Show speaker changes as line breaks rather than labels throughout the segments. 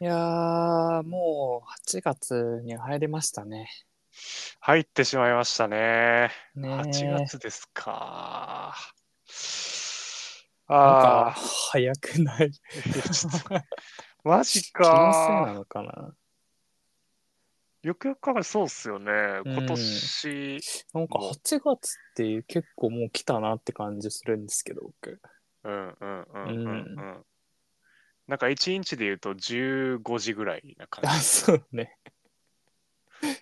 いやー、もう8月に入りましたね。
入ってしまいましたね。
ねえ
8月ですか。
なん
あ
か
あ、
早くない
いやちょっとマジ
気のせいな
か。
のかな
よくよく考えたらそうっすよね。
うん
今年、
なんか8月って結構もう来たなって感じするんですけど、僕。
うんうんうんうんう。
うん
なんか1日で言うと15時ぐらいな感
あ、
じ。
そうね。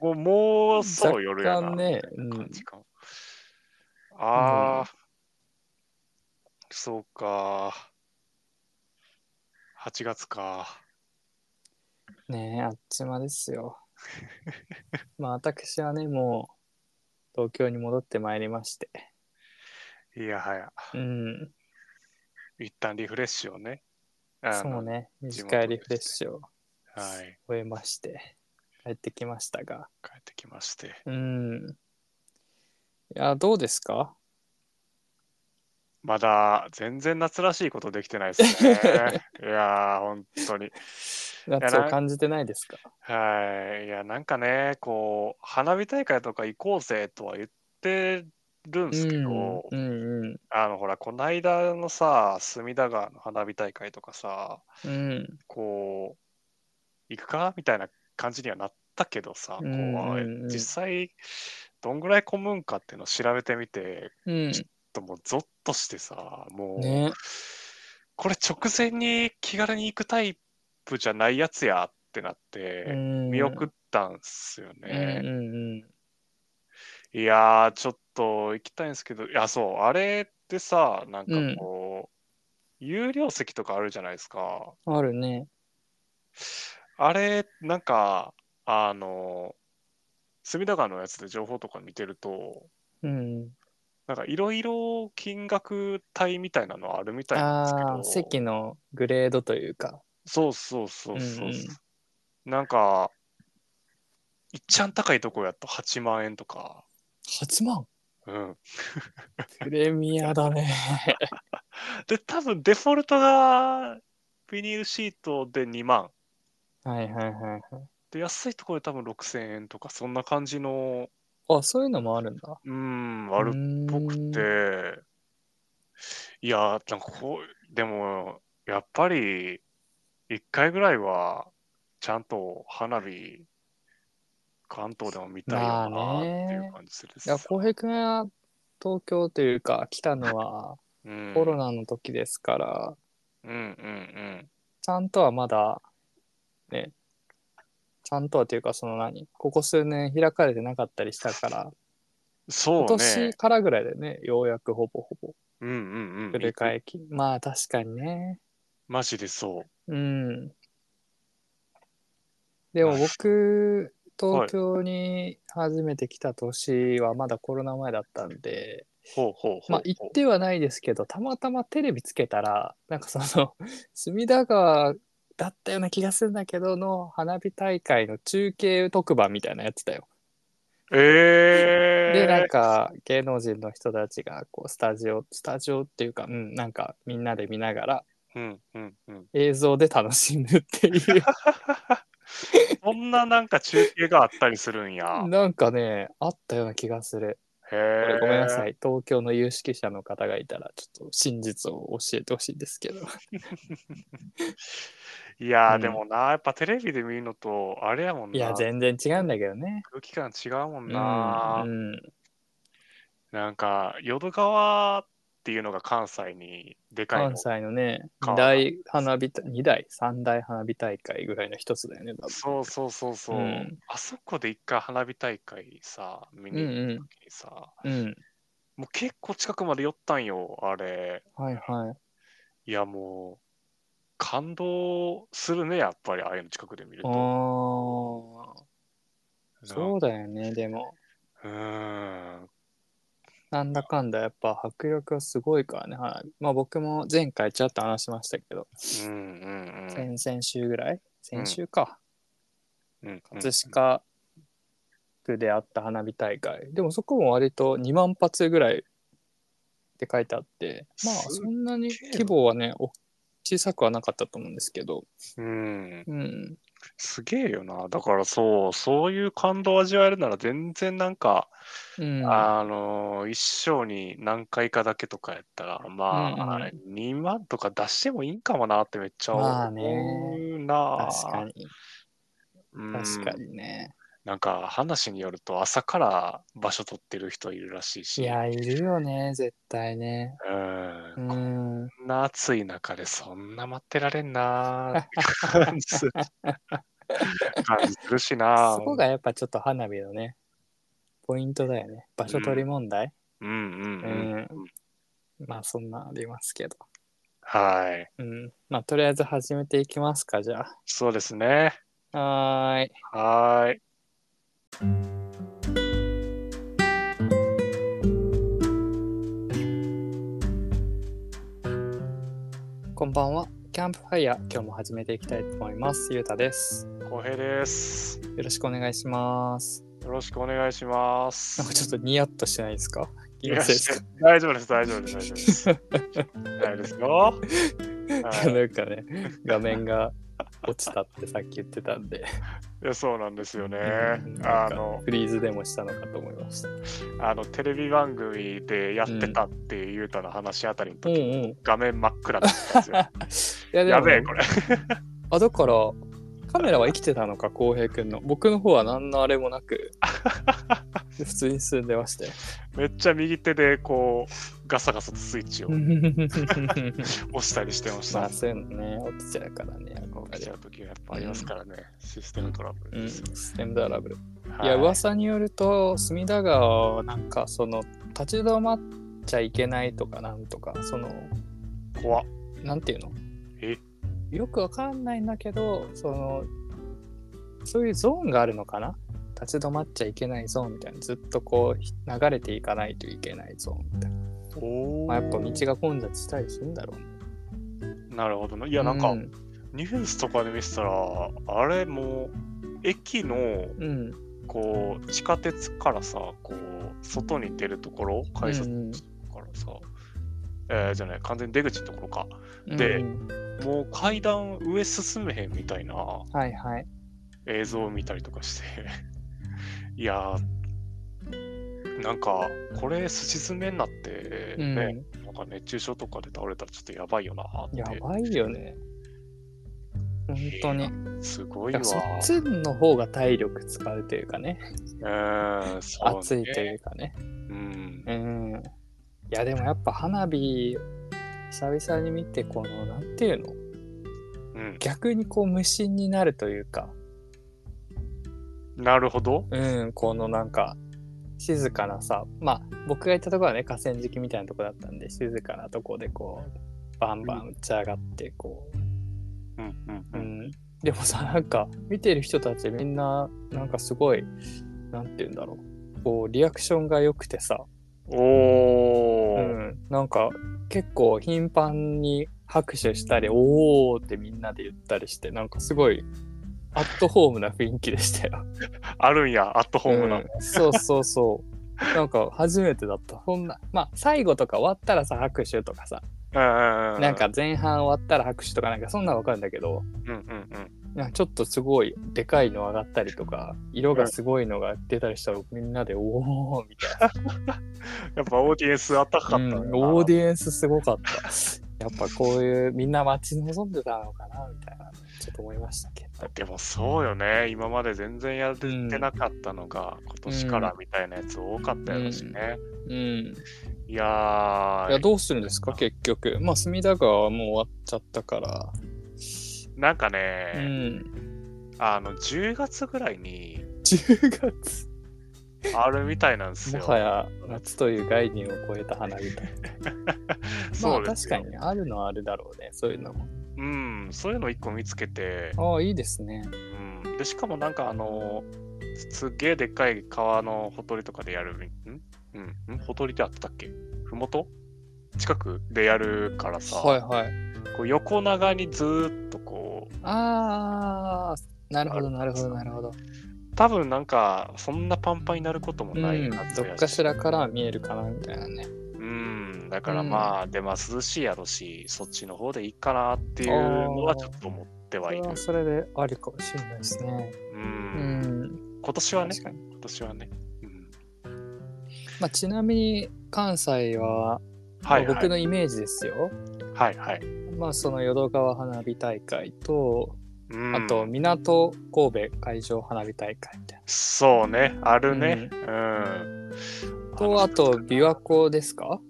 もう、もうそう夜や
若
な。
干ね
みたいな感じかも。ああ、そうか。8月か。
ねえ、あっちまですよ。 まあ、私はね、もう東京に戻ってまいりまして。
いやはや。
うん、
一旦リフレッシュをね。あの
そう。ね。
地元
短いリフレッシュを
はい。
終えまして、帰ってきましたが。
帰ってきまして。
うん。いや、どうですか
まだ全然夏らしいことできてないですね。 いやー、本当に。
夏を感じてないですか
はい。いや、なんかね、こう、花火大会とか行こうぜとは言ってるん
う
ですけ
ん、
ど、
うん、うん。
あの、ほら、こないだのさ、隅田川の花火大会とかさ、
うん、
こう、行くかみたいな感じにはなったけどさ、こう
うんうんうん
実際、どんぐらい混むんかっていうのを調べてみて、
うん。
ちょっともうゾッとしてさもう、
ね
これ直前に気軽に行くタイプじゃないやつやってなっ
う
て、
ん
見送ったんすよ
うん
ね、
うん
いやーちょっと行きたいんですけどいやそうあれってさなんかこう、有料席とかあるじゃないですか
うん。あるね。
あれなんかあの隅田川のやつで情報とか見てると
うん。
なんかいろいろ金額帯みたいなのあるみたいなんですけ
ああ
ど
ー、席のグレードというか。
そうそうそうそうそう、
うん
なんか、いっちゃん高いとこやと8万円とか。
8万
うん。
プレミアだね。
で、多分デフォルトがビニールシートで2万。
はいはいはい。
で、安いところで多分6000円とか、そんな感じの、
あ、そういうのもあるんだ。
うん、ある
っ
っぽくて。いや、なんかこう、でも、やっぱり、1回ぐらいは、ちゃんと花火、関東でも見たいよ
ま
な
あ
って
ね
いう感じするっ
い
す
や、浩平君は東京というか、来たのは
うん
コロナの時ですから、
うんうん
ちゃんとはまだ、ね、ちゃんとはというか、その何、ここ数年開かれてなかったりしたから、
うん。そう
今
ね。
年からぐらいでね、ようやくほぼほぼ、
うんうんう
フル
ん。
回帰。まあ、確かにね。
マジでそう。
うん。でも僕、
はい
東京に初めて来た年はまだコロナ前だったんで、
ほうほうほうほう。
まあ行ってはないですけどたまたまテレビつけたらなんかその 隅田川だったような気がするんだけどの花火大会の中継特番みたいなのやってたよ。
えー、
でなんか芸能人の人たちがこうスタジオスタジオっていうか、うん、なんかみんなで見ながら
うんうんうん。
映像で楽しむって いう
そんななんか中継があったりするんや。
なんかねあったような気がする。
へ
こ
え
れ。ごめんなさ
い。
い東京の有識者の方がいたらちょっと真実を教えてほしいんですけど。
いやー、
うん
でもな、やっぱテレビで見るのと、あれやもんな。
いや全然違うんだけどね。
空気感違うもん
うん
な。
うん
なんか、淀川っていうのが関西にでかいの
関。西のね、
か
二大花火大、二大、三大花火大会ぐらいの一つだよね、多分。
そうそうそうそう。
うん
あそこで一回花火大会さ、見に行った時にさ、
うん。
もう結構近くまで寄ったんよ、あれ。
はいはい。
いや、もう、感動するね、やっぱり、ああいうの近くで見る
ああ
と。、
そううだよね、でも。
うーん。
なんだかんだやっぱ迫力はすごいからね、花火。まあ僕も前回ちらっと話しましたけど、
うんうんうん。
先々週ぐらい先週か。
うんうん
葛飾区であった花火大会。でもそこも割と2万発ぐらいって書いてあって、まあ
すっ
そんなに
げえな
規模はね、大小さくはなかったと思うんですけど、
うん。
うん、
すげえよな。だからそう、そういう感動を味わえるなら全然なんか、
うん、
あのー、一生に何回かだけとかやったら、ま
うん
あ、2万とか出してもいいんかもなってめっちゃ
まあね
思うな。
確かに
うん
確かにね、
なんか話によると朝から場所取ってる人いるらしいし、
いやいるよね絶対ね
うん
う
こ
ん
んな暑い中でそんな待ってられんな ーって感じする感じするしな。
そこがやっぱちょっと花火のねポイントだよね場所取り問題、
うんうんうん。
うんまあそんなありますけど、
はい。
うん、まあとりあえず始めていきますかじゃ
そうですね。
あはーい
はーい。
こんばんはキャンプファイヤー今日も始めていきたいと思いますゆうたです
浩平です。
よろしくお願いします
よろしくお願いしま
な
す
んか。ちょっとニヤッとしてないですか気
い
の
や
せいですか
大丈夫です、大丈夫です、大丈夫です。大丈夫ですよ。はい
なんかね画面が落ちたってさっき言ってたんで、
いやそうなんですよね
うん。
あの、
フリーズでもしたのかと思いました
あのテレビ番組でやってたっていうゆうたの話あたりの
うんう
時、
んい
画面真っ暗だったん ですよ。
やでも
やべえ、これ。
あだからカメラは生きてたのか浩平くんの僕の方は何のあれもな く普通に進んでましたよ
めっちゃ右手でこう、ガサガサとスイッチを押したりしてまし
ま
た
あ。そういうのね落ちちゃうからね
こう来ちゃう時がやっぱありますからね。システムトラブル
う
で
ん
す。
ステムダラブルい
は
や噂によると隅田川はなんかその立ち止まっちゃいけないとかなんとかその
怖っ
なんていうの
え
よくわかんないんだけどそのそういうゾーンがあるのかな立ち止まっちゃいけないゾーンみたいなずっとこうひ流れていかないといけないゾーンみたいな、
お
まあ、やっぱ道
ー
が混雑したりするんだろうね
なるほどな。い
い
や、なんか、
うん、
ニュースとかで見せたら、あれもう、駅の、
うん
こう、地下鉄からさ、こう、外に出るところ、改札
うんうん
からさ、えーじゃない、完全に出口のところか。で
うん
もう階段上進めへんみたいな
はいはい
映像を見たりとかして いやーなんかこれすし詰めになって
うん、
ね、なんか熱中症とかで倒れたらちょっとやばいよなー
や
って
ばいよね本当に
すごい
だ
わ
からそっちの方が体力使うというかね
うんそうね
暑いというかね
うん
うんいやでもやっぱ花火久々に見てこのなんていうの
うん
逆にこう無心になるというか
なるほど
うんこのなんか静かなさまあ僕が行ったところはね河川敷みたいなとこだったんで静かなとこでこうバンバン打ち上がってこ
うんうん
う、
う
うんん、でもさなんか見てる人たちみんななんかすごいなんて言うんだろうこうリアクションが良くてさ、
お
う
ー
ん、なんか結構頻繁に拍手したり「おー」ってみんなで言ったりしてなんかすごいアットホームな雰囲気でしたよ。
あるんやアットホームな
うんそうそうそうなんか初めてだったそんなまあ最後とか終わったらさ拍手とかさ
な
なんか前半終わったら拍手とかなんかそんなのわかるんだけど
うんうんうん
なんかちょっとすごいでかいの上がったりとか色がすごいのが出たりしたらみんなで「おお」みたい
やっぱオーディエンスあったかか
な、
ったんや
うん
な
オーディエンスすごかった やっぱこういうみんな待ち望んでたのかなみたいなちょっと思いましたけど
でもそうよね、今まで全然やってなかったのが、今年からみたいなやつ多かったやろしね。
うん
いや
い
ー
やどうするんですか結局まあ隅田川はもう終わっちゃったから
なんか
う
ね、
ん
あの10月ぐらいに
10月
あるみたいなんです
も
よ。
はや夏という概念を超えた花火と。ま
そ
あ
うで
確
す
か
よ
にあるのはあるだろうね、そういうのも。
うん、そういうの一個見つけて、
ああ、いいですね。
うん、でしかもなんかあの、すっげえでっかい川のほとりとかでやるみ、んうん、んほとりってあったっけふもと近くでやるからさ、
はいはい。
こう横長にずーっとこう、
ああ、なるほどなるほどなるほど。
多分なんかそんなパンパンになることも
う
ない
ん、
はず
ど
や
っかしらからは見えるかなみたいなね。
うんうん、だから
うん
まあ、でまあ涼しいやろし、そっちの方でいいかなっていうのはちょっと思って
そ
はい
れ
る。
はそれでありかもしれないですね。
う、
うんん。
今年はね、
確かに。
今年はね。うん、
まあ、ちなみに関西は、
はい
まあ
は
僕
い。
のイメージですよ。
はいはい。
まあその淀川花火大会と、
うん、
あと港神戸海上花火大会みたい
そうね、あるね。うん。
な。とあと琵琶湖ですか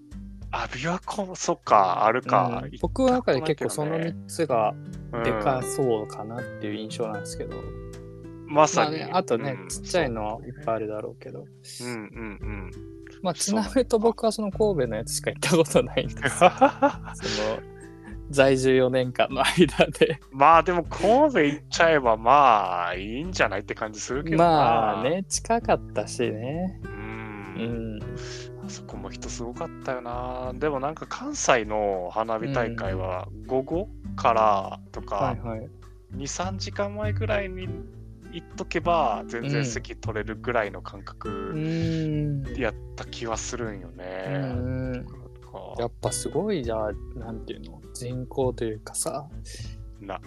あ、琵琶湖も、そっか、あるか。
うん僕の中で結構その
行っ
3つが
たことないけ
で
どね
かそうかなっていう印象なんですけど、
うんま
まあ
さに。
ね、あとね、
うん
ちっちゃいのはいっぱいあるだろうけど、
そううんうんうん。
まあ、ちなみにと僕はその神戸のやつしか行ったことないんです その在住4年間の間で
まあでも神戸行っちゃえばまあいいんじゃないって感じするけどな。
まあ。ね近かったしね
う。
うんん
あそこも人すごかったよな。でもなんか関西の花火大会は午後からと
は
か
いはい
2、3時間前ぐらいに行っとけば全然席取れるぐらいの感
う
覚
ん
やった気はするんよね。
うんうん
こう
やっぱすごいじゃあなんていうの人口というかさ
な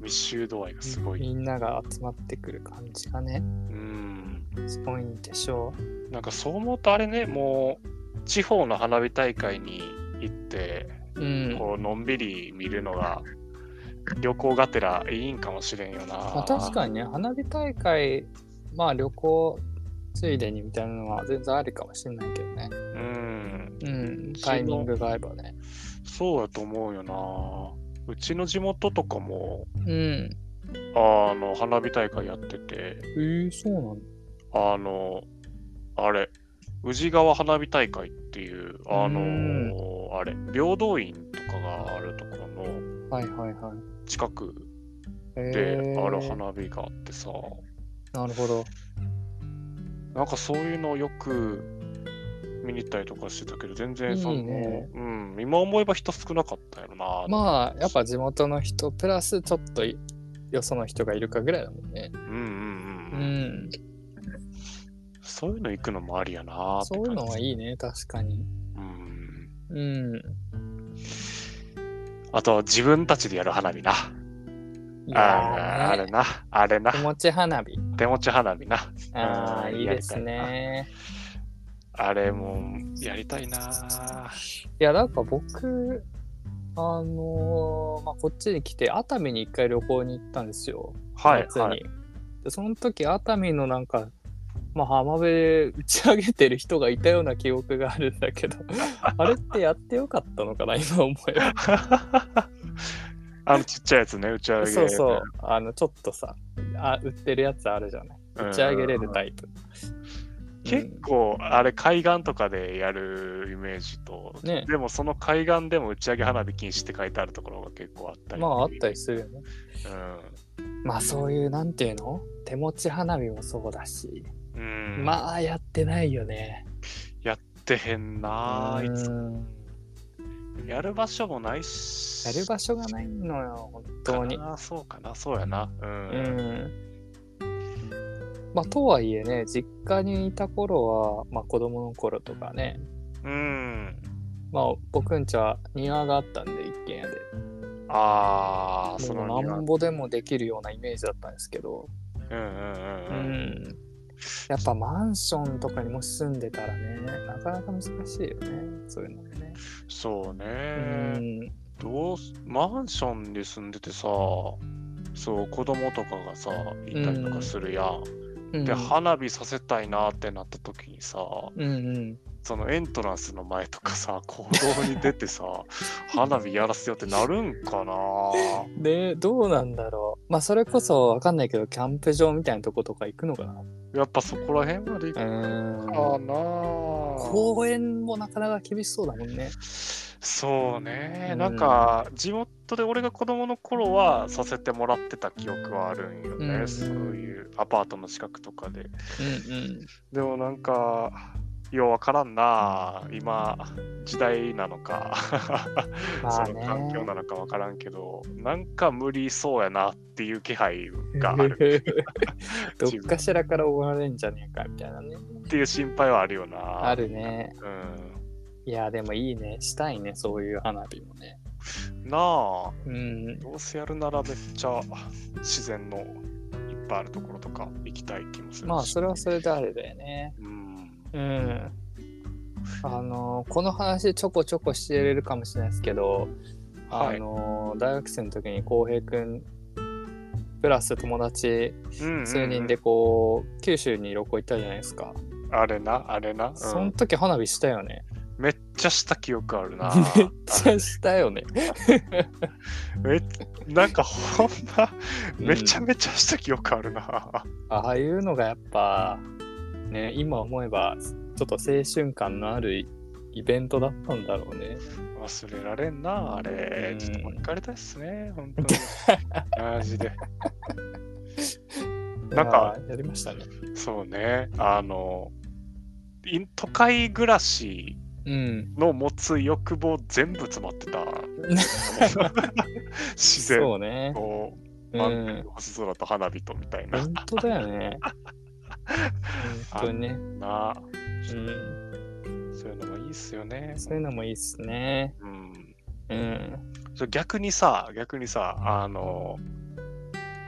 密集度合いがすごい。
みんなが集まってくる感じがね
うん。
すごいんでしょ
なんかそう思うとあれねもう地方の花火大会に行って
う、うん、
こうのんびり見るのが旅行がてらいいんかもしれんよな、
まあ、確かにね花火大会まあ旅行ついでにみたいなのは全然ありかもしれないけどね
うん
うんタイミングが合えばね
そうだと思うよなうちの地元とかも
うん
あの花火大会やってて
えー、そうなんだ
あのあれ宇治川花火大会っていうあの
うん
あれ平等院とかがあるところの
はいはいはい
近く
え
で
ー、
ある花火があってさ、
なるほど
なんかそういうのをよく見に行ったりとかしてたけど、全然その、
いいね
うん、今思えば人少なかったやろな。
まあやっぱ地元の人プラスちょっといよその人がいるかぐらいだもんね
うんうん
う
うん。うん、
ん
そういうの行くのもありやなって
そうい
感じ。
うのはいいね確かに
うん。
うん
あと、自分たちでやる花火な。
い
あーあ
やー
れ
ね
な、あれな
手、持ち花火
手持ち花火な。
ああ
うん
いいです
やりた
ね
あれもやりたいな。
いや、なんか僕、あのーまあ、こっちに来て、熱海に一回旅行に行ったんですよ。
はい、
夏に。
はい。
でその時、熱海のなんか、まあ、浜辺で打ち上げてる人がいたような記憶があるんだけ ど、あれってやってよかったのかな、今思えば。
あのちっちゃいやつね、打ち上げ。
そうそう、あの、ちょっとさ、あ売ってるやつあるじゃない。
うん。
打ち上げれるタイプ。
結構あれ海岸とかでやるイメージと、
ね
でもその海岸でも打ち上げ花火禁止って書いてあるところが結構あった
うん
り
まあ、あったりするよね。まあ、そういう、なんていうの手持ち花火もそうだし、
うん、うん、あ
まあ、やってないよね。
ってへんなあいつ
うん
やる場所もないし
やる場所がないのよ本当に
かなそうかなそうやなうん、
うんまあとはいえね実家にいた頃はまあ子供の頃とかね
うん
まあ僕んちは庭があったんで一軒家で
ああその
もう
庭
なんぼでもできるようなイメージだったんですけど
うんうん
う
うんうん、
んやっぱマンションとかにもし住んでたらねなかなか難しいよねそういうのね
そうね、
うん
どうすマンションで住んでてさそう子供とかがさいたりとかするやん
うん
で花火させたいなってなった時にさ
うんうん
そのエントランスの前とかさ行動に出てさ花火やらせようってなるんかな
でどうなんだろうまあそれこそわかんないけどキャンプ場みたいなとことか行くのかな
やっぱそこら辺まで行
う
く
ーん
かな
公園もなかなか厳しそうだもんね
そうね
うん
なんか地元で俺が子供の頃はさせてもらってた記憶はあるんよね、
うん
そういうアパートの近くとかで
うんうん
でもなんかようわからんな今時代なのか
ま
そ
あ
の環境
ね
なのか分からんけど、なんか無理そうやなっていう気配がある
どっ かしらから追われんじゃねえかみたいなね
っていう心配はあるよな。
あるね
うん。
いいや、でもいいね。したいね、そういう花火もね。
なあ、
うん。
どうせやるならめっちゃ自然のいっぱいあるところとか行きたい気もするし。
まあ、それはそれであれだよね。
うん。
うん。あの、この話ちょこちょこしてれるかもしれないですけど、
はい
あの、大学生の時に浩平くん、プラス友達
うんうんうん
数人でこう、九州に旅行行ったじゃないですか。
あれな、あれな。うん
その時花火したよね。
めっちゃした記憶あ るな。
めっちゃしたよね。
めっなんかほんま、
うん
めちゃめちゃした記憶あるな。
ああいうのがやっぱね今思えばちょっと青春感のあるイイベントだったんだろうね。
忘れられんな、あれ
う。ん
ちょっともう一回やりたいっすね、本 当に。マジで。なんか
いやーやりましたね。
そうね、あの、い都会暮らし
うん。
の持つ欲望全部詰まって た。 自然
そうね。
と、
う
満天
ん。
の星空と花火とみたいな。
本当だよね。本当にね。
な
うん。
そういうのもいいっすよね。
そういうのもいいっすね。
うん
うん。
そう逆にさ逆にさあの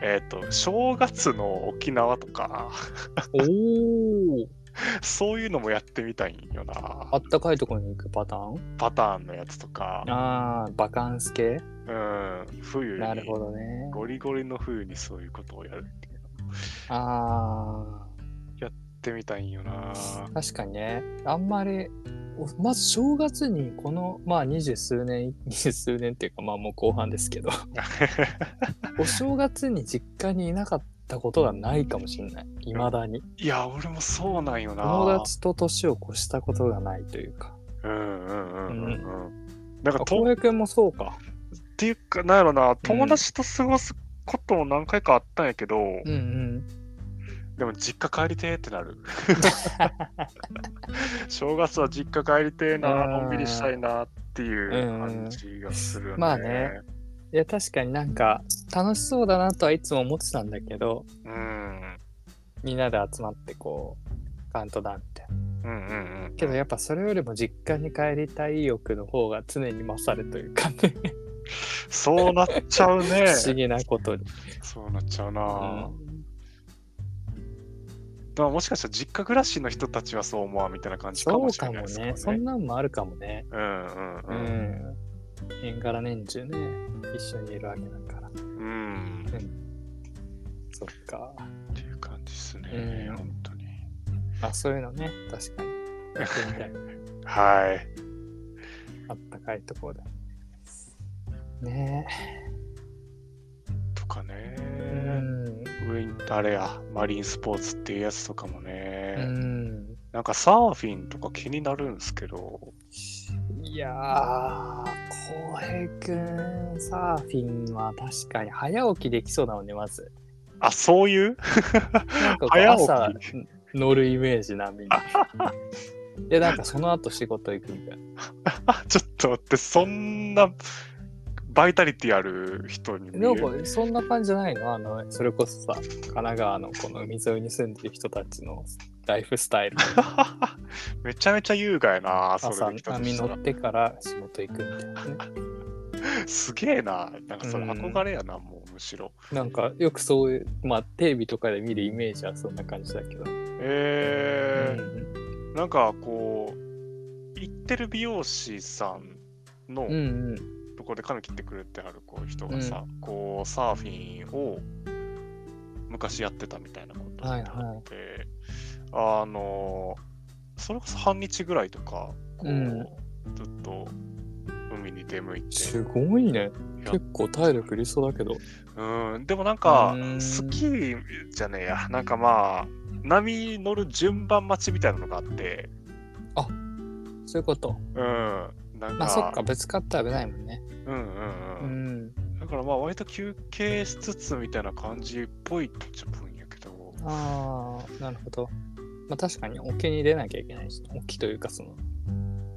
えっ、と正月の沖縄とか
おお。
そういうのもやってみたいんよな
あったかいところに行くパターン
パターンのやつとか、
ああ、バカンス系
うん、冬に
なるほどね。
ゴリゴリの冬にそういうことをやるっていうのや
ああ。
ってみたいんよな
確かにねあんまりおまず正月にこのまあ二十数年 二十数年っていうかまあもう後半ですけどお正月に実家にいなかったことがないかもしれないいまだに
いや俺もそうなんよな
友達と年を越したことがないというか
うんうんうんうんうんなんか
あ
と
浩平君もそうか
っていうかなんやろな友達と過ごすことも何回かあったんやけど、
うんうん
でも実家帰りてーって なる。正月は実家帰りてーな、
うん
のんびりしたいなっていう感じがするよね。
うんまあね。いや確かになんか楽しそうだなとはいつも思ってたんだけど
うん。
みんなで集まってこうカウントダウンみたいな
うんうんうん。
けどやっぱそれよりも実家に帰りたい意欲の方が常に勝るというかね
そうなっちゃうね。
不思議なことに。
そうなっちゃう
う
な。
ん
だからもしかしたら実家暮らしの人たちはそう思わんみたいな感じか
そ
も
う
しれ
か
ない
も
です
ね。そ
ね
ん。なんもあるかもね。
うんうん
う
うん。
ん。年がら年中ね、一緒にいるわけだから。
うん。
そっか。
っていう感じですね。
うん
本当に。
あ、そういうのね、確 かに。やってみたい。
はい。
あったかいところで。ね
とかね。
え。うん。
ウィンあれや、マリンスポーツっていうやつとかもね。
うん。
なんかサーフィンとか気になるんですけど、
いやー、浩平くん、サーフィンは確かに早起きできそうだもんね、まず。
あ、そういう
なんかこう
早起き
朝乗るイメージな みんな。で、なんかその後仕事行くみたいな。
ちょっと待って、そんなバイタリティある人に見
な
え
んか
る。
そんな感じじゃないのあのそれこそさ神奈川のこの海沿いに住んでる人たちのライフスタイル
めちゃめちゃ優雅やな、そ
朝
れできたと
波
した
乗
ら
っ。てから仕事行くみたいなね
すげえな、なんかそれ
うん
憧れやな、もうむしろ。
なんかよくそういうまあテレビとかで見るイメージはそんな感じだけど、
えー
う
なんかこう、行ってる美容師さんの
んうんうん
ところで髪切ってくれてあるこう人がさ、こうサーフィンを昔やってたみたいなこと
はい
言ってあ
はい
って、あのそれこそ半日ぐらいとかこう、
うん
ずっと海に出向いて
すごいね
や
結構体力いりそうだけど
うんでもなんか
うん
スキーじゃねえやなんかまあ波乗る順番待ちみたいなのがあって
そういうこと
うんなんか、
まあそっかぶつかったら危ないもんね
うんうん
う
うん、
ん
だからまあ割と休憩しつつみたいな感じっぽいっちゃっぽいんやけど
ああなるほどまあ確かに沖に出なきゃいけないし沖というかその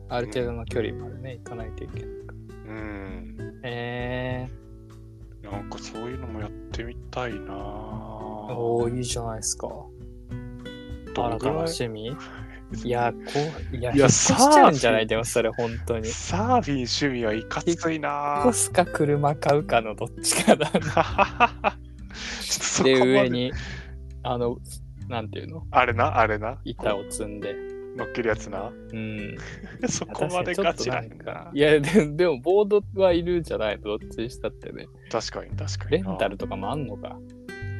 ある程度の距離までね行かないといけない
うん
え
なんかそういうのもやってみたいな
ー、
ぁ
おーいいじゃないですか。
どの
新
ぐ
たな
らい
趣味いや、こう、いや、
い
引っ
や
越しちゃうんじゃな
サーフィン
いでもそれ、本当に。引
サーフィン趣味はいかついな
っ越すか車買うかのどっちか だな。
で
で、上に、あの、なんていうの
あれなあれな
板を積んで。
乗っけるやつ な
うん。
そこまで
確か
ガ
に
チ
ちょっとな
な
んん
だ
か。いや、ででも、ボードはいるじゃないのどっちにしたってね。
確かに確か
レ
にな
ンタルとかもあんのか。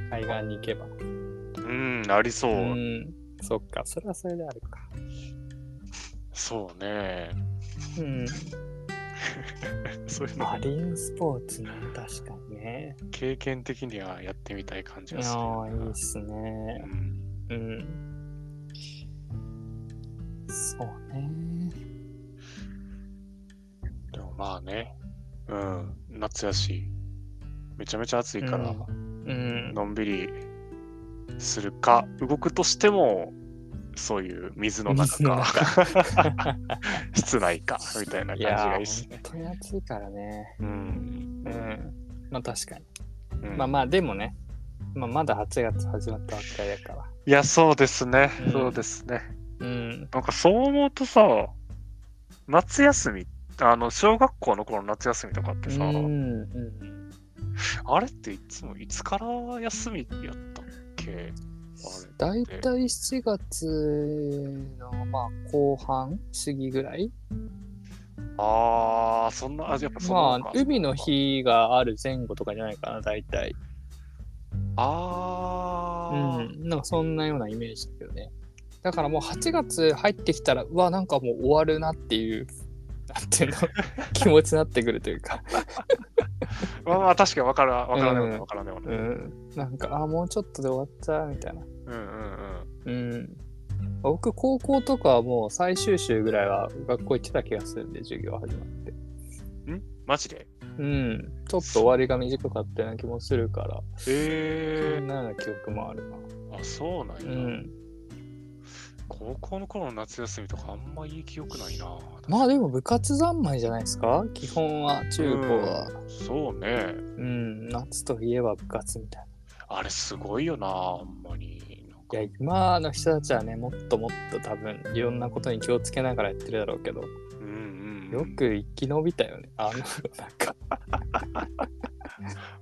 海岸に行けば。
うんありそうう、
ん。そっか、それはそれであるか。
そうね
うん。
そういうの
マリンスポーツね、確かにね。
経験的にはやってみたい感
い
じ
や
がする
ー、いいっ
な
すね
う。ん
うん。そうね。
でもまあね、うん、夏やし、めちゃめちゃ暑いから、
うん。
のんびりするか、動くとしても、そういう水の中か、 室内か、みたいない感じ
や
がいい
ー
っす、
本
ね。
当に暑いからね。
うん。
うん。まあ確かに。
うん
まあまあ、でもね、まあ、まだ8月始まったばっかりだか
いや、そうですね、
うん
そうですね。
ら。うん。
なんかそう思うとさ、夏休み、あの、小学校の頃の夏休みとかって
う
さ、
ん。うん
あれっていつもいつから休みやったっけ
大体7月のまあ後半過ぎぐらい
ああ、そんな、あやっぱそんな
ま
のか
あ海の。日がある前後とかじゃないかな大体
あ
う
あ、
んなんかそんなようなイメージだけどねだからもう8月入ってきたらうわなんかもう終わるなっていうなんていう の気持ちになってくるというか
まあまあ確かにわからわからないもんね
うん
わからないもん
う
ね。
んなんかあもうちょっとで終わっちゃうみたいな
うんうん
うん僕高校とかはもう最終週ぐらいは学校行ってた気がするんで授業始まって
うん。んマジで
うん、ちょっと終わりが短かったような気もするから、そ
え
んなような記憶もあるな。
ー、あ、そうなん
う
や、
ん、
高校の頃の夏休みとかあんまいい記憶ないな。
まあでも部活三昧じゃないですか基本は中高は、
そうね。
うん夏といえば部活みたい
あれすごいよな、あんまり。なんか
ないや今の人たちはねもっともっと多分いろんなことに気をつけながらやってるだろうけど
うんうんう
よ
ん、
く生き延びたよねあのなんか、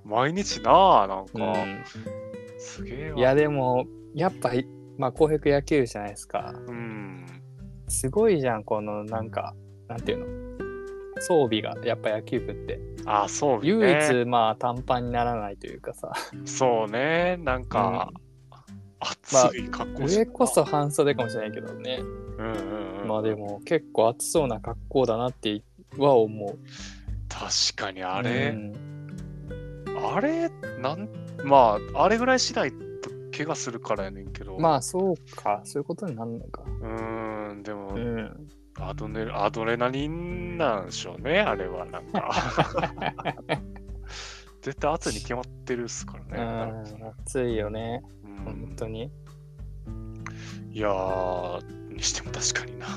毎日な、なんか、
う
すげえわ。
ん、いやでもやっぱまあ公平野球じゃないですか
うん。
すごいじゃんこのなんかなんていうの装備がやっぱ野球部って
あ、そう、ね。
唯一まあ短パンにならないというかさ
そうね、なん
まあ
か、暑い格好して
上こそ半袖かもしれないけどね
うんうんうん、
まあでも結構暑そうな格好だなっては思う
確かにあ
あ
れ、あれなんまああれぐらいしないと怪我するからやねんけど
まあそうかそういうことになるのか
うーんでも、
うん
アドネアドレナリンなんでしょうねあれはなん か絶対暑いに決まってるっすから
う
ね、
ん暑いよね
うん
本当に
いやーにしても確かにな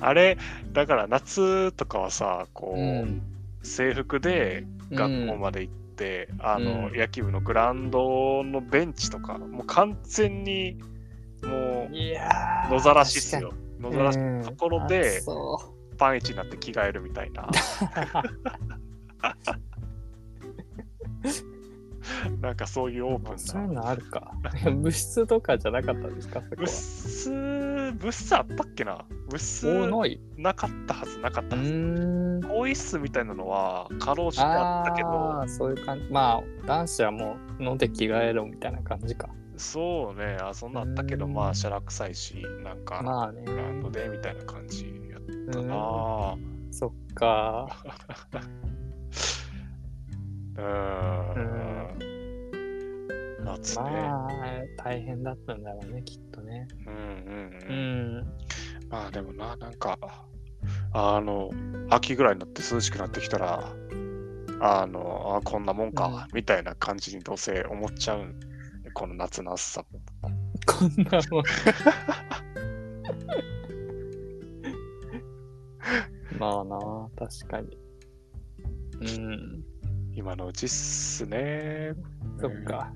あれだから夏とかはさこう、
うん
制服で学校まで行って、あの、野球部のグラウンドのベンチとかもう完全にも
いやー
う野ざらしっすよ野
確
ざ
からに
し
うん
ところで
暑そ
パンイチになって着替えるみたいな なんかそういうオープ
うそうい
ン
う
な
のある か物質とかじゃなかったんですかそこ
物質物質あったっけな物質
はおない
なかったはずなかっ
う
たはず
ーん
更衣室みたいなのは過労死であったけど
ああそういう感じまあ男子はもう飲んで着替えろみたいな感じか
そうね、あそんなんあったけど、
うん
まあ、しゃらくさいし、なんか、
まあね
ブランドでみたいな感じやっ
う
たなんぁ。
そっか
うーん。夏ね。
まあ大変だったんだろうねきっとね
うんうん
う
うん。
ん
まあ、でもな、なんか、あの、秋ぐらいになって涼しくなってきたら、あの、あこんなもんか、みたいな感じにどうせ思っちゃうん。この夏の暑さも。
こんな もんまあな確かにうん
今のうちっすね。
そっか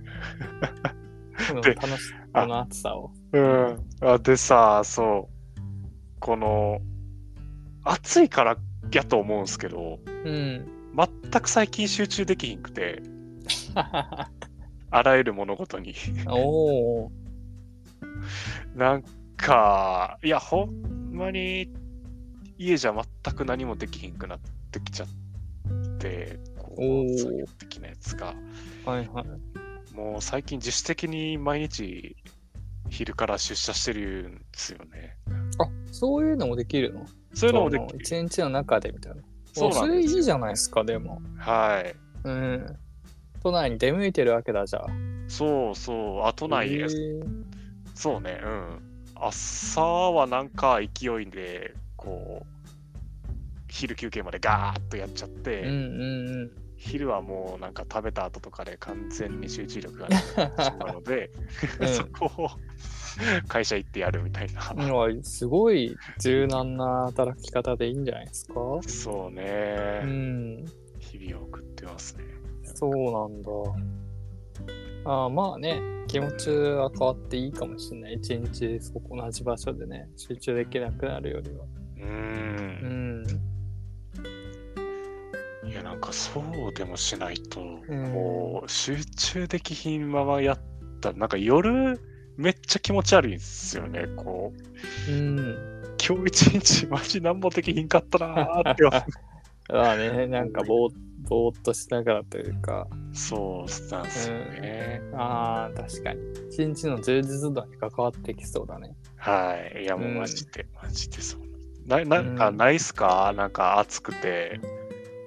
うん
で
楽しこの暑さを。
うん。あでさ、そう、この、暑いからやと思うんすけど、
うん。
全く最近集中できひんくて、あらゆる物事に。
おお。
なんか、いや、ほんまに、家じゃ全く何もできひんくなってきちゃって、こ
お
う、
ー
作業的なやつが。
はいはい。
もう最近自主的に毎日、昼から出社してるんですよね。
あそういうのもできるの
そういうのもで
その
き
一日の中でみたいな。
そうなんですよ
れいいじゃないですか、でも。
はい。
うん。都内に出向いてるわけだじゃあ。
そうそう、あ、都内
へ
で
ー
す。そうね、うん。朝はなんか勢いで、こう、昼休憩までガーッとやっちゃって、
うんうんうん。
昼はもうなんか食べた後とかで完全に集中力がなくな ってしまうので、
うん
そこを会社行ってやるみたいな。
今すごい柔軟な働き方でいいんじゃないですか
そうね、
うん
日々を送ってますね。
そうなんだあーまあね気持ちは変わっていいかもしれない一日そこ同じ場所でね集中できなくなるよりは
う。
うんん
いや、なんかそうでもしないと、
ん
もう集中できひんままやった。なんか夜、めっちゃ気持ち悪いんですよね。こう、
うん
今日一日マジ何もできひんかったなーって思う。
まあねなんかぼーぼーっとしながらというか
そうなんですよね。
あー確かに一日の充実度に関わってきそうだね
はい。いや、もううんマジで、マジでそうな。な、なんか
うん
ないっすかなんか暑くて。こ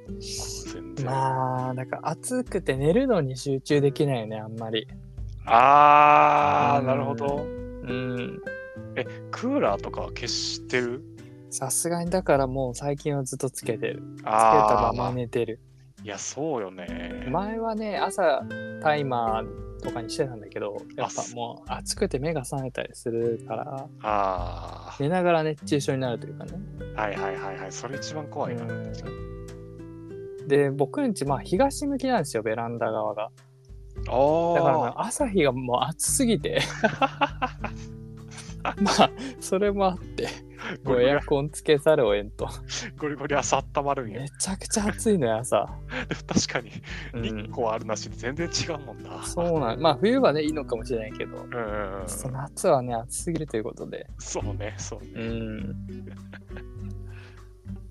う全然。あ
まあなんか暑くて寝るのに集中できないよねあんまり
あー、
うん
なるほど。
うん
クーラーとかは消してる
さすがにだからもう最近はずっとつけてるつけたま
あーま
ま
あ、
寝てる
いや、そうよね。
前はね朝タイマーとかにしてたんだけどやっぱもう暑くて目が覚めたりするから
あ
寝ながら熱中症になるというかね、
あ。はいはいはいはい。それ一番怖いな。
うんで僕んちまあ東向きなんですよベランダ側がだからま
あ
あ朝日がもう暑すぎ てまあそれもあって
ゴ
もう
リゴ
エアコンつけざるをえんと
リ、ゴリゴリ朝温まるんや
め。ちゃくちゃ暑いのよ朝、
確かに、
うん
日光あるなしで全然違うもんな。
そうなんまあ冬はねいいのかもしれないけど
うんうんうん。
その夏はね暑すぎるということで
そうね、そうね。
ん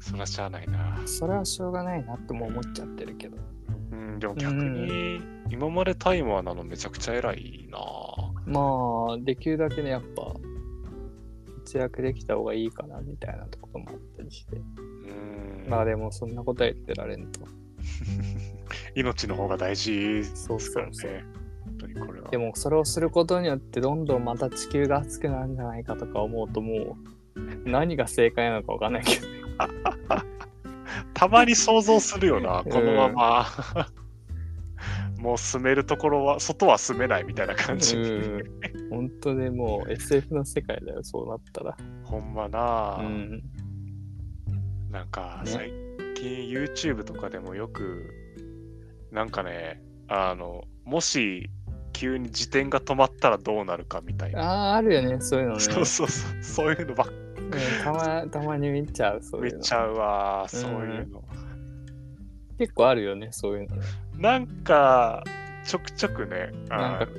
そらしゃあないな。
それはしょうがないなとも思っちゃってるけど
うん、でも逆に、今までタイマーなのめちゃくちゃ偉いな
まあできるだけねやっぱ節約できた方がいいかなみたいなところもあったりして
うん、
まあでもそんなことは言ってられんと
命の方が大事です
そうそ
から
うそう
ね。本当にこれは
で。もそれをすることによってどんどんまた地球が熱くなるんじゃないかとか思うともう何が正解なのかわかんないけど
たまに想像するよな、
うん
このまま。 もう住めるところは、外は住めないみたいな感じ。
うん本当でもう SF の世界だよそうなったら
ほんまな、
うん
なんか
ね
最近 YouTube とかでもよく、なんかね、あの、もし急に自転が止まったらどうなるかみたいな。
ああーあるよねそういうのね
そうそうそう、そういうのばっか
うんたまたまに見ちゃうそう
め
い
っ
うの
ちゃうわ、そういうの。
結構あるよねそういうのね
なんか、ちょくちょくね、
なん
あ
か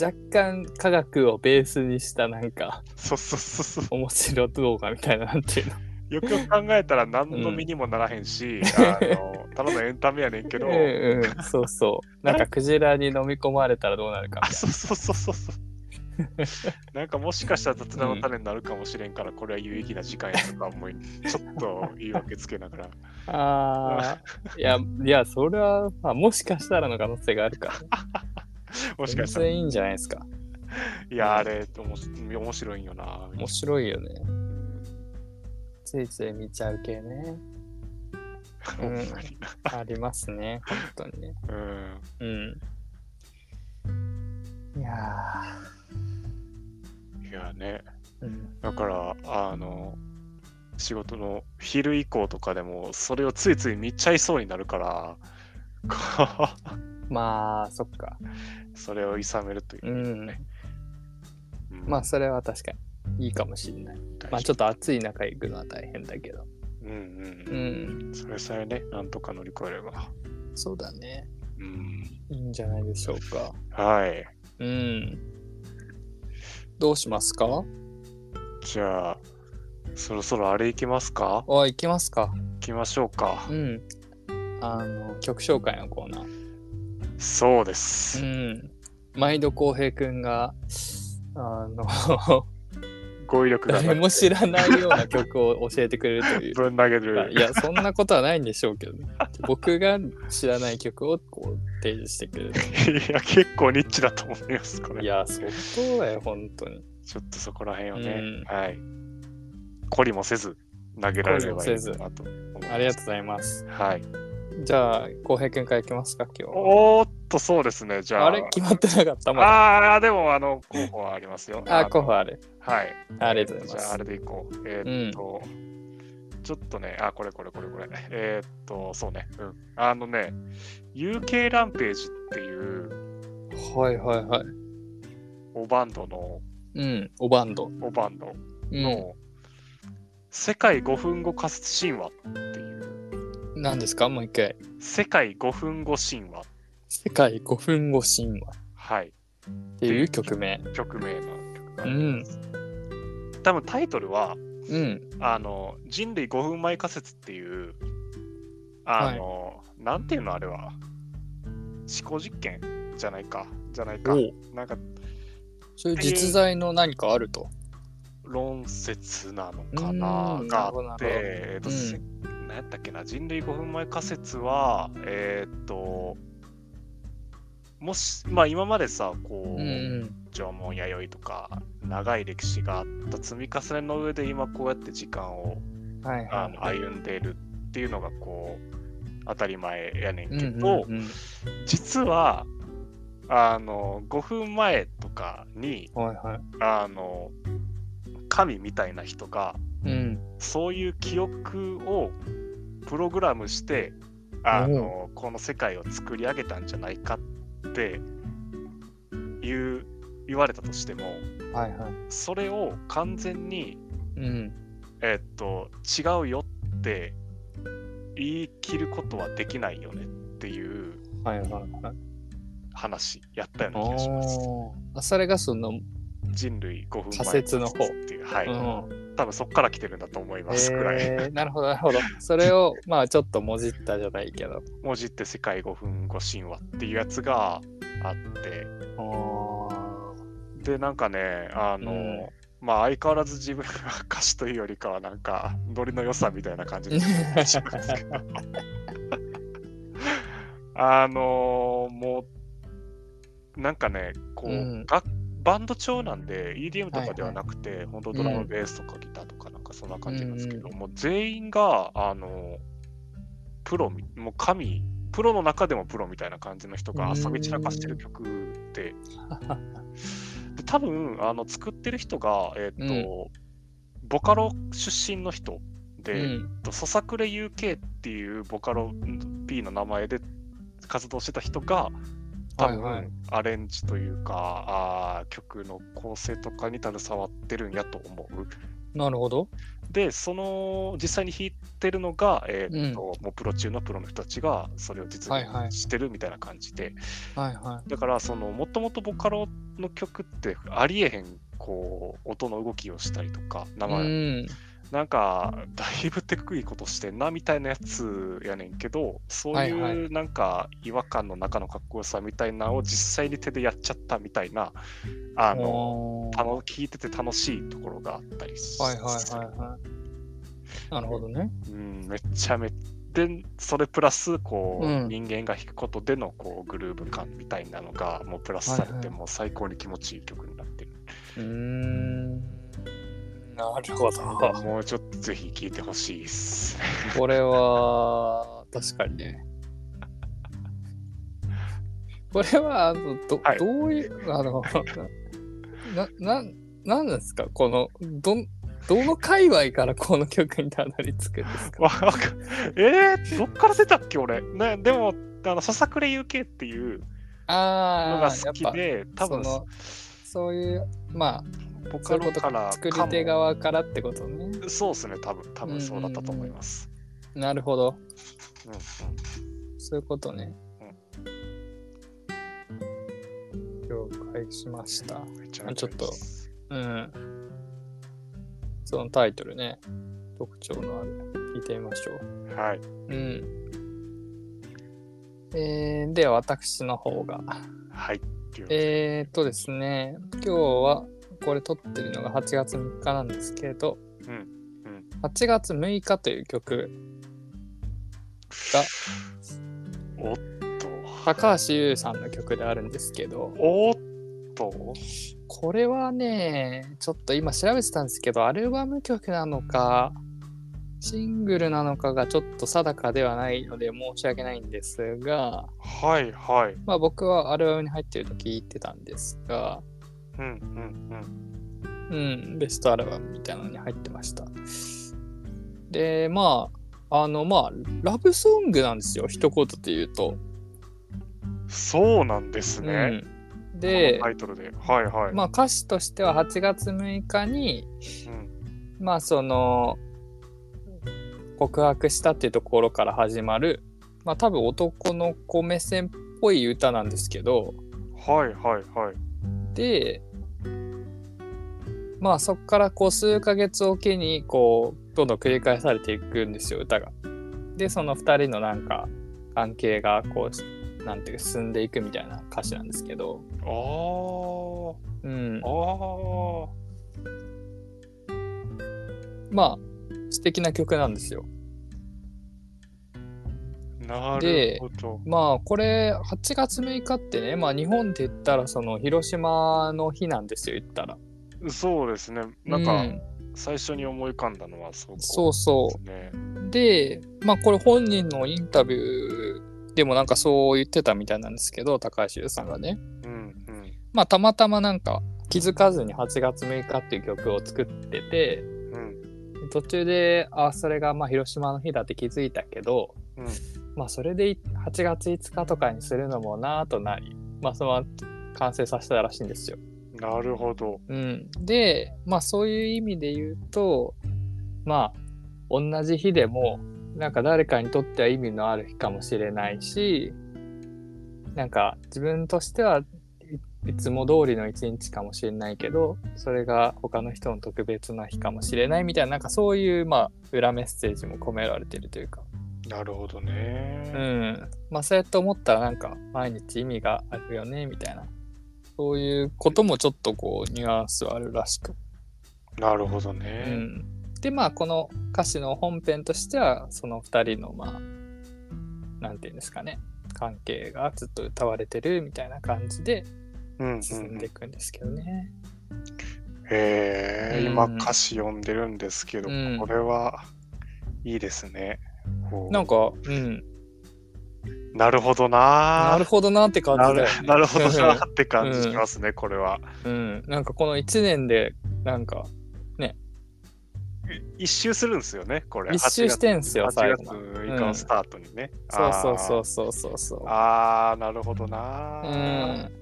若干科学をベースにしたなんか
そうそうそうそう。
面白動画みたいななんていうの
よくよく考えたら何の身にもならへんし、あのただのエンタメやねんけど、
うんうんそうそうなんかクジラに飲み込まれたらどうなるか
あ、そうそうそうそうそう。 なんかもしかしたら雑談の種になるかもしれんから、これは有意義な時間やとか思い、ちょっと言い訳つけなが ら。
みたいなあ ーいやいやそれは、まあ、もしかしたらの可能性があるから
もしかした
全
ら、
然いいんじゃないですか
いや、あれ、おもし面白いんよな。
面白いよねついつい見ちゃう系ね
ほんまにな
ありますね本当にね
うん。
うんいや
いやね、
ーうん
だから、あの、仕事の昼以降とかでも、それをついつい見ちゃいそうになるから、こう
まあそっか
それをいさめるというう。
ん。
うん
まあ、それは確かにいいかもしれない。まあ、ちょっと暑い中行くのは大変だけど。
うんう
うんん。
うん。それさえね、なんとか乗り越えれば。
そうだね。
うん。
いいんじゃないでしょうか。
はい。
うん。どうしますか
じゃあ、そろそろあれ行きますか
あ、行きますか。
行きましょうか。
うん。あの、曲紹介のコーナー。
そうです。
うん。毎度浩平くんが、あ の、
語彙力が
誰も知
ら
らないような曲を教えてくれるという。
ぶん投げ
まあ
る
い。や、そんなことはないんでしょうけどね。僕が知らない曲をこう提示してくれる。
いや、結構ニッチだと思います、これ。
いや、相当だよ、本当に。
ちょっとそこら辺を
うん
ね、はい。懲りもせず、投げられ
懲
ればいい
りもせず
なと思います。
ありがとうございます。
はい。
じゃあ、浩平くんからいきますか、今日。
おーっと、そうですね。じゃあ。
あれ決まってなかったまだ。
ああ、でも、あの、候補はありますよ。
あ、
の
候補ある。
はい。
ありがとうござい
じ
ま
ゃあ、
す
あ。れでいこう。えーっと、ちょっとね、あ、これこれこれこれ。えーっと、そうね。うん。あのね、UK ランページっていう
はいはいはい。
おバンドの、
うん、おバンド。
おバンド
うん。
の、世界5分後仮説神話っていう、
何ですかもう一回。
世界5分後神話。
世界5分後神話
はい。
っていう曲名。
曲名の曲があ
う
ります
ん。
多分タイトルは、
うん。
あの人類5分前仮説っていうあの、なんていうのあれは思考実験じゃないかじゃないか
おう
なんか
そういう実在の何かあると。
論説なのかな
うん
が
な
あ
るほどなる
って
ほど
えっと、せ
う
何やったっけな人類5分前仮説はえーっともしまあ今までさこ
う
う、
んうん。
縄文弥生とか長い歴史があった積み重ねの上で今こうやって時間を
はい
あ
は
の歩んでるっていうのがこう当たり前やねん
い。
け
うん
ど、
うんうん。
実はあの5分前とかに
はいは
あの神みたいな人が
い。うん。
そういう記憶をプログラムしてあのこの世界を作り上げたんじゃないかっていう言われたとしても
はいはい。
それを完全に
うん。
えっと、違うよって言い切ることはできないよねっていう
はいはいはい。
話やったような気がします。
おーあそれがその、
人類5分前
仮説の方
っていう、は
う
い。
ん。
多分そこから来てるんだと思いますくらい。
えー、なるほどなるほど。それを、 まあちょっともじったじゃないけど。
文字って世界5分後神話っていうやつがあって、
お
で、なんかね、あの、
うん
まあ相変わらず自分は歌詞というよりかはなんかノリの良さみたいな 感じで
ー
しますけどあのーもうなんかねこう、
うん
楽バンド調なんで EDM とかではなくて、本当ドラ
う
ム
ん
ベースとかギターとかなんかそんな感じなんですけど、
う
もう全員があのプロみもう神プロの中でもプロみたいな感じの人が遊び散らかしてる曲 で,、で多分あの作ってる人がえっ、と、ボカロ出身の人で、
うん。
えっと、ささくれ UK っていうボカロ P の名前で活動してた人が多分、
はいはい
アレンジというかあー曲の構成とかに携わってるんやと思う。
なるほど。
でその実際に弾いてるのが、えーっともうプロ中のプロの人たちがそれを実
はいはい
現してるみたいな感じで、
はいは
だからそのもともとボカロの曲ってありえへんこう音の動きをしたりとか
い。う
生、
ん。
なんかだいぶ手くいことしてんなみたいなやつやねんけどそうい
はいは
うなんか違和感の中のかっこよさみたいなのを実際に手でやっちゃったみたいなあの
おー
あの聞いてて楽しいところがあったりし
はいはいはいはい。なるほどね。
うん、めちゃめちゃでそれプラスこう、
うん
人間が弾くことでのこうグルーヴ感みたいなのがもうプラスされ
はい
て
はい
もう最高に気持ちいい曲になってる、
うーん。なるほど。
もうちょっとぜひ聴いてほしいっす
これは、確かに ね。これは、あのど、
はい
どういう、あの、な、な、なんなんですかこの、どん、どの界隈からこの曲にたどり着くんです
わ
か
かえー、どっから出たっけ俺、ね、でもあの「ささくれ UK」っていうの
あ
が
あ、や
好
っ
き
ぱ
で、多分
そのそういう、まあ、
ボ
そ
カ
ういうこ
ロ
と
か
から作
か
り手
も。
側からってことね。
そうですね、多分多分そうだったと思います。
なるほど。
うんうん
そういうことね。了解しました。
めちゃめ
ちょっと
いいです
うん。そのタイトルね。特徴のある。聞いてみましょ
はい。
う。うん。えー、では私の方が。
はい。っていう
えー、っとですね、今日はこれ撮ってるのが8月3日なんですけど、
うんうん
8月6日という曲、
おっと。
高橋優さんの曲であるんですけど、
おっと。
これはね、ちょっと今調べてたんですけど、アルバム曲なのか、シングルなのかがちょっと定かではないので申し訳ないんですが、
はいはい。
まあ僕はアルバムに入ってると聞いてたんですが、
うんうん
うん、ベストアルバムみたいなのに入ってました。で、まあ、あの、まあ、ラブソングなんですよ、一言で言うと。
うん。そうなんですね。
うん、で
この、タイトルで。はいはい。
まあ、歌詞としては8月6日に、
うん
まあ、その、告白したっていうところから始まる、まあ、多分男の子目線っぽい歌なんですけど、
はいはいはい。
でまあそこからこう数ヶ月おきにこうどんどん繰り返されていくんですよ歌が。でその2人のなんか関係がこうなんていうか進んでいくみたいな歌詞なんですけど、
ああ。
うん、
ああ。
まあ素敵な曲なんですよ。
なる
で
ほど。
まあこれ8月6日ってね、まあ、日本で言ったらその広島の日なんですよ言ったら。
そうですね。なんか、
うん
最初に思い浮かんだのはそこ
そうそう
ですね。
で、まあ、これ本人のインタビューでもなんかそう言ってたみたいなんですけど高橋優さんがね、
うん
まあ、たまたまなんか気づかずに8月6日っていう曲を作ってて
うんうん
途中であそれがまあ広島の日だって気づいたけど、
うん
まあ、それでい8月5日とかにするのもなあとなり、まあ、そのまま完成させたらしいんですよ。
なるほど。
うん、でまあそういう意味で言うとまあ同じ日でもなんか誰かにとっては意味のある日かもしれないしなんか自分としてはいいつも通りの一日かもしれないけどそれが他の人の特別な日かもしれないみたいななんかそういうまあ裏メッセージも込められてるというか、
なるほど
う
ね。
ん、まあそうやって思ったらなんか毎日意味があるよねみたいなそういうこともちょっとこうニュアンスはあるらしく
なるほど
う
ね。
ん、でまあこの歌詞の本編としてはその2人のまあなんていうんですかね関係がずっと歌われてるみたいな感じで
うんうん
進んでいくんですけどね。
えー
うん
今歌詞読んでるんですけど、
うん
これはいいですね。こう
なんか、うん、
なるほどなー。
なるほどなって感じだよ
なるな るほどなーって感じしますね、これは。
うん、なんかこの1年でなんか
一周するんですよね、これ。
一周してんすよ
8
最
月
後の。
8日のスタートにね。
そうそうそううそうそうそう。
あーあー、なるほどな
う
ー。
ん。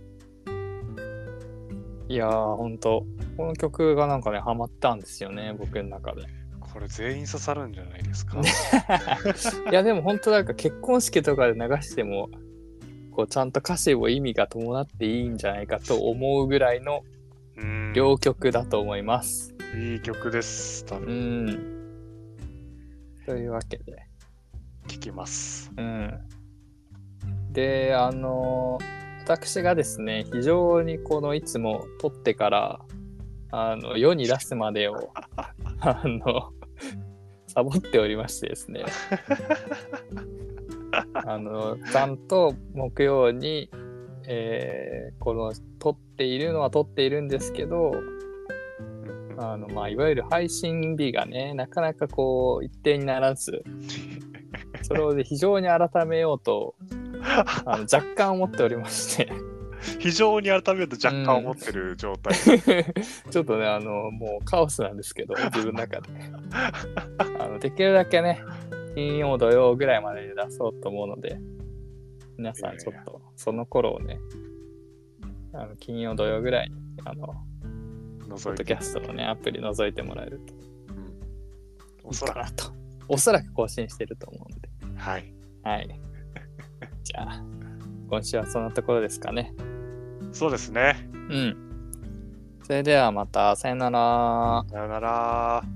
いやーほんとこの曲がなんかねハマったんですよね僕の中で。
これ全員刺さるんじゃないですか。
いやでも本当なんか結婚式とかで流してもこうちゃんと歌詞を意味が伴っていいんじゃないかと思うぐらいの
うん
両曲だと思います。
いい曲です。多
う
分
ん。というわけで。
聞きます。
うん。で、あの私がですね、非常にこのいつも撮ってからあの世に出すまでをあのサボっておりましてですね。あのちゃんと木曜に、えーこの撮っているのは撮っているんですけどあの、まあ、いわゆる配信日がねなかなかこう一定にならずそれをね非常に改めようと あの若干思っておりまして
非常に改めると若干思ってる状態。
ちょっとねあのもうカオスなんですけど自分の中であのできるだけね金曜土曜ぐらいまでに出そうと思うので皆さんちょっとその頃をね、あの金曜、土曜ぐらいに、あの、ポ
覗
ッド
いて
キャストのね、アプリ覗いてもらえるとい
お
い
そ
からなと。おそらく更新してると思うんで。
く。はい。
はい。じゃあ、今週はそんなところですかね。
そうですね。
うん。それではまた、さよなら。
さよなら。